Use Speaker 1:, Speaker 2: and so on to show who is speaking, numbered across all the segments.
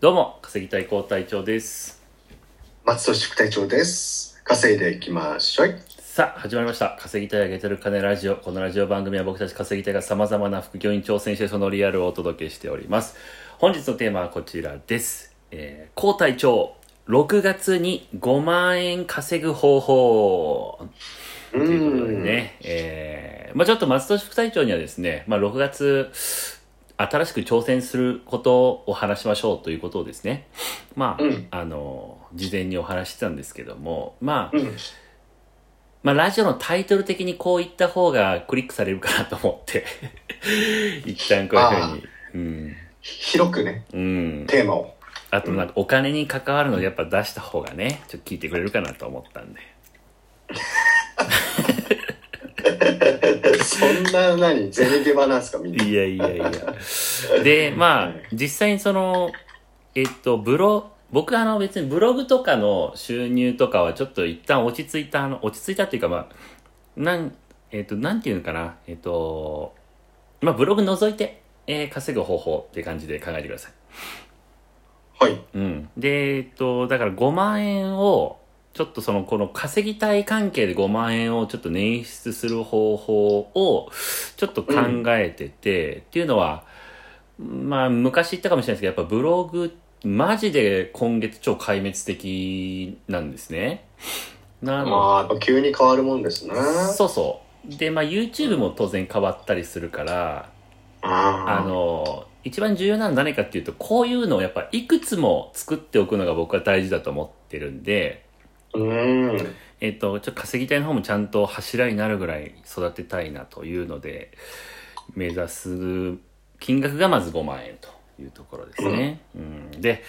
Speaker 1: どうも稼ぎたい高隊長です
Speaker 2: 松戸宿隊長です。稼いでいきましょい。
Speaker 1: さあ始まりました稼ぎたいあげてる金ラジオこのラジオ番組は僕たち稼ぎたいがさまざまな副業に挑戦してそのリアルをお届けしております本日のテーマはこちらです、えー、高隊長6月に5万円稼ぐ方法
Speaker 2: う
Speaker 1: ということで
Speaker 2: ん。
Speaker 1: ね、えーまあ、ちょっと松戸副隊長にはですね、まあ、6月新しく挑戦することを話しましょうということをですね、まあ
Speaker 2: うん
Speaker 1: あの事前にお話ししてたんですけども、まあ
Speaker 2: うん。
Speaker 1: まあ、ラジオのタイトル的にこういった方がクリックされるかなと思って 一旦こういうふうに、
Speaker 2: 広くね、
Speaker 1: うんうん、
Speaker 2: テーマを。
Speaker 1: あとなんかお金に関わるのでやっぱ出した方がねちょっと聞いてくれるかなと思ったんで。
Speaker 2: そんな何、ゼネゲバなんすか、みんな。
Speaker 1: いやいやいや。で、まあ、実際にその、えっと、ブロ、僕あの別にブログとかの収入とかはちょっと一旦落ち着いた、あの、落ち着いたっていうかまあ、なん、えっと、なんていうのかな、えっと、まあブログ除いて、えー稼ぐ方法って感じで考えてください。
Speaker 2: はい。
Speaker 1: うん。で、えっと、だから5万円を、ちょっとその、この稼ぎたい関係で5万円をちょっと捻出する方法を、ちょっと考えてて、っていうのは、まあ、昔言ったかもしれないですけど、やっぱブログ、マジで今月超壊滅的なんですね。なの
Speaker 2: まあ、やっぱ急に変わるもんですね。
Speaker 1: そうそう。で、まあ YouTube も当然変わったりするから、あ
Speaker 2: あ
Speaker 1: の、一番重要なのは何かっていうと、こういうのをやっぱいくつも作っておくのが僕は大事だと思ってるんで、
Speaker 2: あの、うん。
Speaker 1: えっ、と、ちょっと稼ぎたいの方もちゃんと柱になるぐらい育てたいなというので、目指す金額がまず5万円というところですね。うん、で、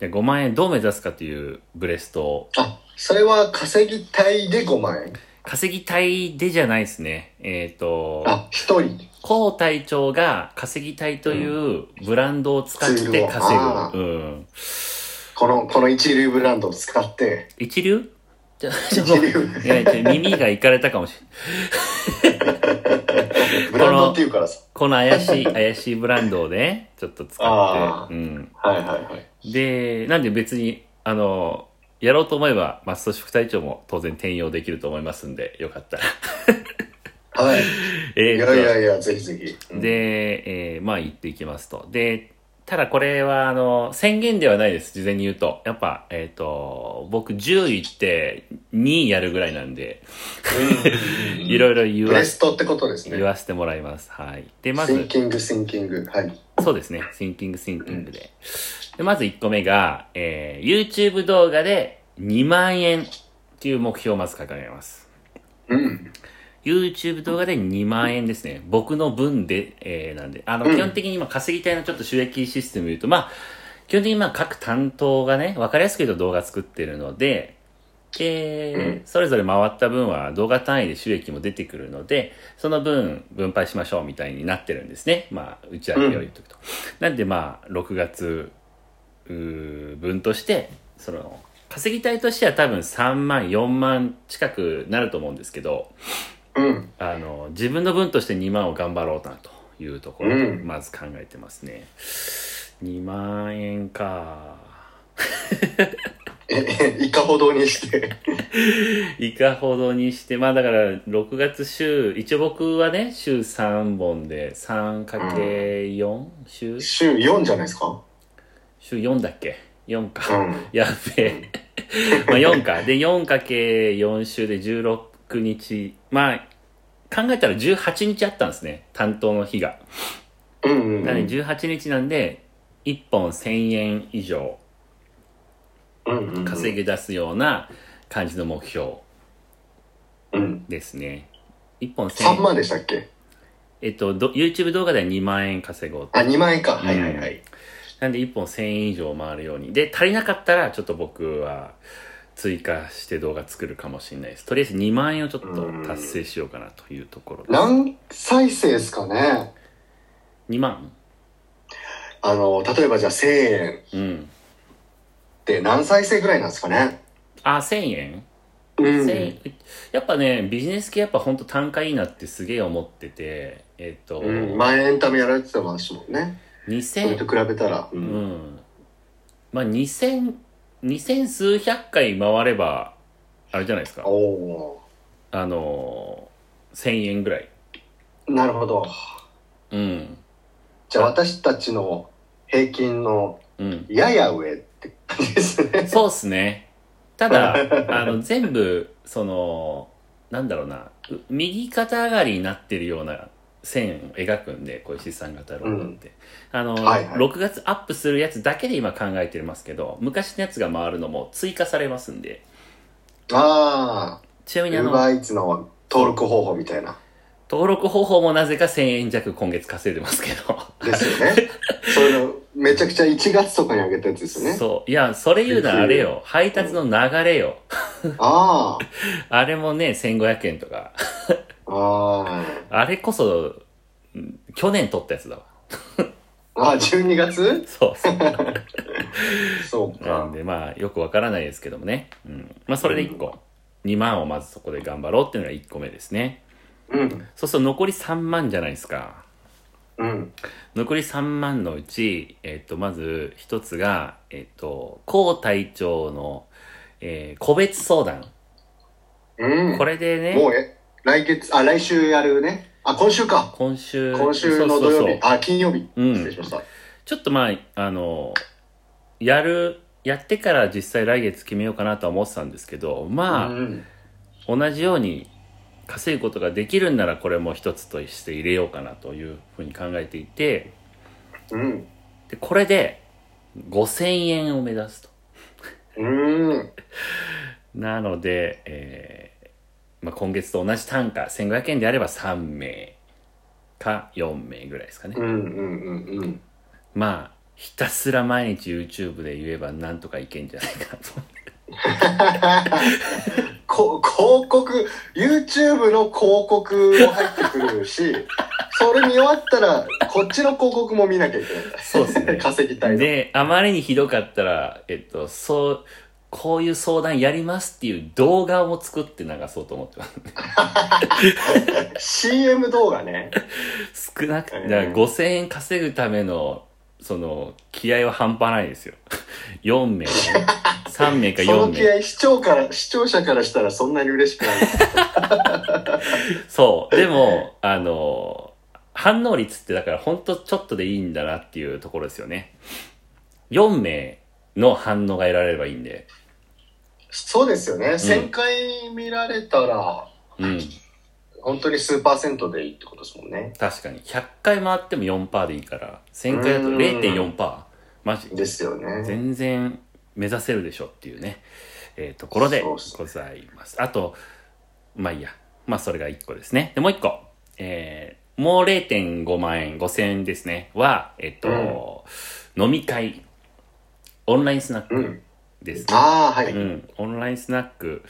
Speaker 1: じゃあ5万円どう目指すかというブレストを、
Speaker 2: あ、それは稼ぎたいで5万円。
Speaker 1: 稼ぎたいでじゃないですね。えっ、と、
Speaker 2: あ、一人。
Speaker 1: 高隊長が稼ぎたいというブランドを使って
Speaker 2: ツー
Speaker 1: 稼ぐ。うん。
Speaker 2: この、この一流ブランドを使って。
Speaker 1: 一流ちょ、 ちょ、
Speaker 2: 一流。
Speaker 1: いや、ちょ耳がいかれたかもしれない。
Speaker 2: ブランドっていうからさ。
Speaker 1: この怪 しい、怪しいブランドをね、ちょっと使
Speaker 2: あ
Speaker 1: っ
Speaker 2: ー
Speaker 1: て。うん。
Speaker 2: はいはいはい。
Speaker 1: で、なんで別に、あの、やろうと思えば、マスト副隊長も当然転用できると思いますんで、よか ったら。
Speaker 2: はい。
Speaker 1: え
Speaker 2: い
Speaker 1: ー
Speaker 2: や
Speaker 1: と
Speaker 2: いやいや、ぜひぜひ。うん、
Speaker 1: で、えーまあ行っていきますと。で、ただこれは、あの、宣言ではないです。事前に言うと。やっぱ、えっ、と、僕10行って2やるぐらいなんで、 いろいろ言
Speaker 2: ブ
Speaker 1: わ
Speaker 2: レ
Speaker 1: せ、
Speaker 2: ストってことです
Speaker 1: 言
Speaker 2: ね。
Speaker 1: わせてもらいます。はい。で、ま
Speaker 2: シン
Speaker 1: ず、
Speaker 2: キング、シンキング。はい。
Speaker 1: そうですね。シンキング、シンキングで。で、まず1個目が、えー YouTube 動画で2万円っていう目標をまず掲げます。
Speaker 2: うん。
Speaker 1: YouTube 動画で2万円ですね。僕の分で、えーなんで。あの、
Speaker 2: うん
Speaker 1: 基本的に今稼ぎたいのちょっと収益システムで言うと、まあ、基本的にまあ各担当がね、わかりやすく言うと動画作ってるので、えーそれぞれ回った分は動画単位で収益も出てくるので、その分分配しましょうみたいになってるんですね。まあ、打ち上げを言っとくと。なんでまあ、6月うー分として、その、稼ぎたいとしては多分3万、4万近くなると思うんですけど、
Speaker 2: うん。
Speaker 1: あの自分の分として2万を頑張ろうかなというところ
Speaker 2: うん
Speaker 1: まず考えてますね、2万円か
Speaker 2: え、 えいかほどにして。
Speaker 1: いかほどにしてまあだから6月週一応僕はね週3本で 3×4、週
Speaker 2: 週4じゃないですか
Speaker 1: 週4だっけ4か、
Speaker 2: うん
Speaker 1: やっべえまあ4かで 4×4 週で16日まあ考えたら18日あったんですね担当の日が
Speaker 2: うんうんう
Speaker 1: なの
Speaker 2: ん。
Speaker 1: で18日なんで1本1000円以上
Speaker 2: うんうん
Speaker 1: 稼ぎ出すような感じの目標
Speaker 2: うん。
Speaker 1: ですね1本1000
Speaker 2: 3
Speaker 1: 円
Speaker 2: 万でしたっけ
Speaker 1: えっとど YouTube 動画では2万円稼ごうと
Speaker 2: あ、2万円か。はいはいはい。
Speaker 1: なんで1本1000円以上回るようにで足りなかったらちょっと僕は追加して動画作るかもしれないですとりあえず2万円をちょっと達成しようかなというところです
Speaker 2: 何再生ですかね
Speaker 1: 2万
Speaker 2: あの、例えばじゃあ1000円っ
Speaker 1: うん
Speaker 2: て何再生ぐらいなんですかね
Speaker 1: あ1000円
Speaker 2: うん。
Speaker 1: 千やっぱねビジネス系やっぱほんと単価いいなってすげえ思っててえっと、
Speaker 2: うん。前エンタメやられてた話もんね。それ
Speaker 1: 2000
Speaker 2: と比べたら。う。
Speaker 1: うんんまあ、2000、2000数百回回れば、あれじゃないですか。
Speaker 2: おお
Speaker 1: あのー、1000円ぐらい。
Speaker 2: ーなるほど
Speaker 1: うん。
Speaker 2: じゃあ私たちの平均の
Speaker 1: うん。
Speaker 2: やや上って感じです ね
Speaker 1: そうっすね。ただ、 あの、全部、その、なんだろうな、う右肩上がりになってるような線を描くんで、こういう資産型ローンって。あの、
Speaker 2: はいはい
Speaker 1: 6月アップするやつだけで今考えてますけど、昔のやつが回るのも追加されますんで。
Speaker 2: あ
Speaker 1: ちな
Speaker 2: あ
Speaker 1: み
Speaker 2: ウ
Speaker 1: にあ
Speaker 2: ー
Speaker 1: の、
Speaker 2: バーイーツの登録方法みたいな
Speaker 1: 登録方法もなぜか1000円弱今月稼いでますけど。
Speaker 2: ですよ ねそれのめちゃくちゃ1月とかに上げたやつですよね
Speaker 1: そう。いや、それ言うならあれよ。配達の流れよ。
Speaker 2: あー
Speaker 1: あれもね、1500円とか。
Speaker 2: あー
Speaker 1: あれこそ、うん去年取ったやつだわ。
Speaker 2: あ12月
Speaker 1: そうそう。
Speaker 2: そう
Speaker 1: な
Speaker 2: か
Speaker 1: んで、まあ、よくわからないですけどもね。うん。まあ、それで1個。2万をまずそこで頑張ろうっていうのが1個目ですね。
Speaker 2: うん
Speaker 1: そうすると残り3万じゃないですか。
Speaker 2: うん
Speaker 1: 残り3万のうち、えっと、まず一つが、えっと、高隊長の、えー個別相談。
Speaker 2: うん
Speaker 1: これでね、
Speaker 2: もうえ来月あ来週やるねあ今週か
Speaker 1: 今週、
Speaker 2: 今週の
Speaker 1: そ
Speaker 2: 土
Speaker 1: うそう
Speaker 2: 曜
Speaker 1: そう
Speaker 2: 日あ金曜日
Speaker 1: うん
Speaker 2: 失礼しました
Speaker 1: ちょっとまあ、あの、やる、やってから実際来月決めようかなとは思ってたんですけど、
Speaker 2: う
Speaker 1: まあ、
Speaker 2: ん
Speaker 1: 同じように稼ぐことができるんならこれも一つとして入れようかなというふうに考えていて、
Speaker 2: うん
Speaker 1: で、これで5000円を目指すと。
Speaker 2: うん
Speaker 1: なので、えーまあ、今月と同じ単価、1500円であれば3名か4名ぐらいですかね。
Speaker 2: うんうんうんうん
Speaker 1: まあ、ひたすら毎日 YouTube で言えばなんとかいけんじゃないかなと。
Speaker 2: こ 広告 YouTube の広告も入ってく るしそれ見終わったらこっちの広告も見なきゃいけない
Speaker 1: そうですね
Speaker 2: 稼ぎたいの
Speaker 1: で、あまりにひどかったら、えっと、そう、こういう相談やりますっていう動画を作って流そうと思ってます
Speaker 2: CM 動画ね
Speaker 1: 少なく、だか
Speaker 2: え
Speaker 1: ら
Speaker 2: ー
Speaker 1: 5000円稼ぐための、その、気合は半端ないですよ。4名かね、3名 か
Speaker 2: そ
Speaker 1: 4
Speaker 2: の気
Speaker 1: 名。
Speaker 2: 合視聴から視聴者からしたらそんなに嬉しくない
Speaker 1: そう。でも、 あの、反応率ってだからほんとちょっとでいいんだなっていうところですよね。4名の反応が得られればいいんで。
Speaker 2: そうですよね、1000回見られたら
Speaker 1: うん。
Speaker 2: 本当に数パーセントでいいってことですもんね
Speaker 1: 確かに。100回回っても4%でいいから、1000回だと
Speaker 2: うん
Speaker 1: 0.4%。マジ。
Speaker 2: ですよね
Speaker 1: 全然目指せるでしょっていうね、えーところで
Speaker 2: そう
Speaker 1: ご
Speaker 2: っすね
Speaker 1: ざいます。あと、まあいいや。まあそれが1個ですね。で、もう1個。えーもう0.5万円、5000円ですね。は、えっ、と、飲み会。オンラインスナッ
Speaker 2: う
Speaker 1: ク
Speaker 2: ん
Speaker 1: ですね。
Speaker 2: ああはい、
Speaker 1: うん、オンラインスナック、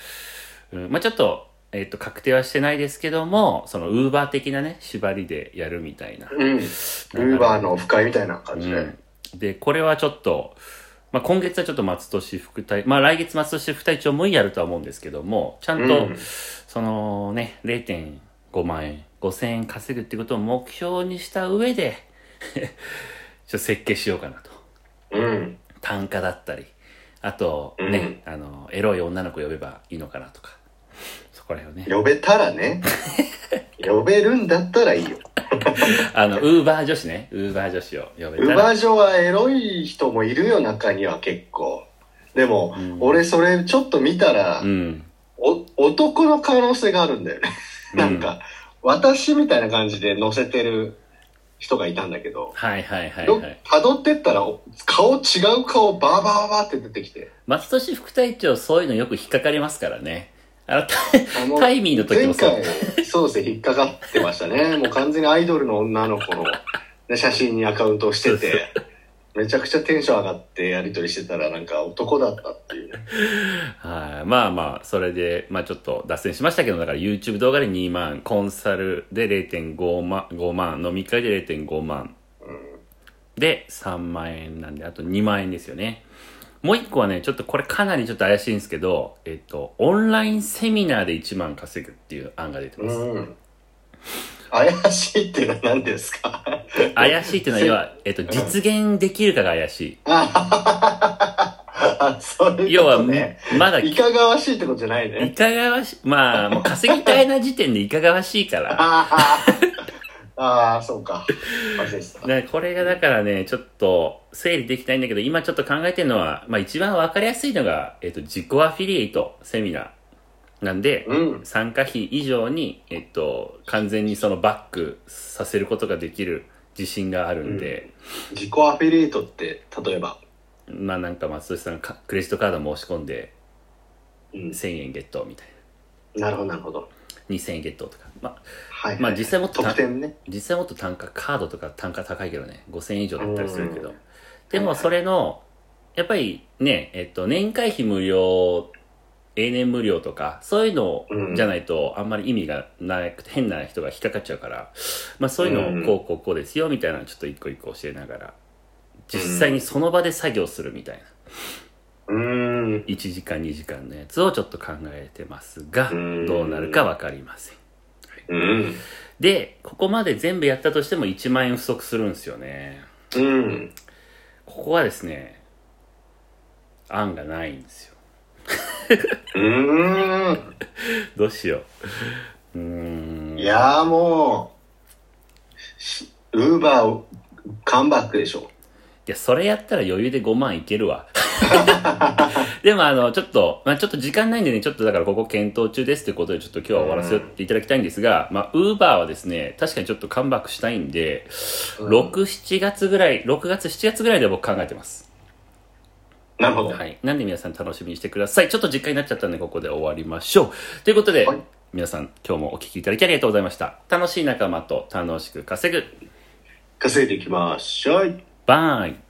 Speaker 1: うん、まあちょっと、えっ、と、確定はしてないですけども、その、ウーバー的なね、縛りでやるみたいな。
Speaker 2: うん。ウーバーのオフ会みたいな感じで。
Speaker 1: うん、で、これはちょっと、まあ今月はちょっと松戸市副隊、まあ来月松戸市副隊長もやるとは思うんですけども、ちゃんと、
Speaker 2: うん
Speaker 1: そのね、0.5万円、5000円稼ぐってことを目標にした上で、 ちょっと設計しようかなと。
Speaker 2: うん。
Speaker 1: 単価だったり、あとね、あの、エロい女の子呼べばいいのかなとか、そこら辺をね、
Speaker 2: 呼べた らね。呼べるんだったらいいよ。
Speaker 1: あの、ウーバー女子ね、ウーバー女子を呼べ
Speaker 2: ウ
Speaker 1: た
Speaker 2: バ
Speaker 1: ら、
Speaker 2: ー上はエロい人もいるよ、中には結構。でも、俺それちょっと見たら、
Speaker 1: うん、
Speaker 2: お男の可能性があるんだよね。なんか、私みたいな感じで乗せてる人がいたんだけど、
Speaker 1: はいはいはい
Speaker 2: ど
Speaker 1: はい。
Speaker 2: 辿ってったら、お顔違う顔バーバーバーバーって出てきて。
Speaker 1: 松戸市副隊長そういうのよく引っかかりますからねあのタ
Speaker 2: あ の
Speaker 1: タイミーの時
Speaker 2: 前
Speaker 1: もそう
Speaker 2: 回、そうですね、引っかかってましたね。もう完全にアイドルの女の子の、ね、写真にアカウントをしてて、めちゃくちゃテンション上がってやり取りしてたら、なんか男だったっていうね。
Speaker 1: はいまあまあそれでまあちょっと脱線しましたけどだから YouTube 動画で2万コンサルで0.5万5万飲み会で0.5万で3万円なんであと2万円ですよねもう一個はねちょっとこれかなりちょっと怪しいんですけどえっとオンラインセミナーで1万稼ぐっていう案が出てます、
Speaker 2: うん。怪しいっていうのは何ですか
Speaker 1: 怪しいっていうのは要は、えっと、実現できるかが怪しい
Speaker 2: ああ、そういう
Speaker 1: 要
Speaker 2: こ
Speaker 1: は
Speaker 2: と、ね。
Speaker 1: まだ、
Speaker 2: い
Speaker 1: い
Speaker 2: かがわしいってことじゃないね。
Speaker 1: かがわしい、まあ、もう稼ぎたいな時点でいかがわしいから。
Speaker 2: ああ、ああ、そうか。忘れてた。
Speaker 1: ね、これがだからね、ちょっと整理できないんだけど、今ちょっと考えてるのは、まあ一番わかりやすいのが、えっ、と、自己アフィリエイトセミナーなんで、
Speaker 2: うん。
Speaker 1: 参加費以上に、えっと、完全にそのバックさせることができる自信があるんで、
Speaker 2: 自己アフィリエイトって、例えば。
Speaker 1: まあなんか松吉さんかクレジットカード申し込んで
Speaker 2: うん。
Speaker 1: 1000円ゲットみたい
Speaker 2: なるほど、なるほど。
Speaker 1: な。2000円ゲットとか。まあ、
Speaker 2: はい、はい。
Speaker 1: まあ実際もっとた
Speaker 2: 得点ね。
Speaker 1: 実際もっと単価、カードとか単価高いけどね、5000円以上だったりするけ
Speaker 2: う
Speaker 1: ど
Speaker 2: ん。
Speaker 1: でもそれの、やっぱりね、えっと、年会費無料、永年無料とか、そういうの
Speaker 2: うん
Speaker 1: じゃないとあんまり意味がなくて、変な人が引っかかっちゃうから、まあそういうの
Speaker 2: う
Speaker 1: を
Speaker 2: ん
Speaker 1: こうこうこうですよ、みたいなのをちょっと一個一個教えながら、実際にその場で作業するみたいな、
Speaker 2: うーん。
Speaker 1: 1時間2時間のやつをちょっと考えてますが
Speaker 2: うん、
Speaker 1: どうなるかわかりません。
Speaker 2: うん。
Speaker 1: で、ここまで全部やったとしても1万円不足するんですよね。
Speaker 2: うん。
Speaker 1: ここはですね、案がないんですよ。
Speaker 2: うーん。
Speaker 1: どうしよう。うーん。
Speaker 2: いやーもう、ウーバー、カムバックでしょ。
Speaker 1: いや、それやったら余裕で5万いけるわ。 でもあの、ちょっと、まあちょっと時間ないんでね、ちょっとだからここ検討中ですということで、ちょっと今日は終わらせていただきたいんですが、まあウーバーはですね、確かにちょっとカムバックしたいんで、
Speaker 2: うん
Speaker 1: 6、7月ぐらい、6月、7月ぐらいで僕考えてます。
Speaker 2: なるほど。
Speaker 1: はい。なんで皆さん楽しみにしてください。ちょっと時間になっちゃったんで、ここで終わりましょう。ということで、
Speaker 2: はい
Speaker 1: 皆さん今日もお聞きいただきありがとうございました。楽しい仲間と楽しく稼ぐ。
Speaker 2: 稼いでいきましょう。
Speaker 1: バイ。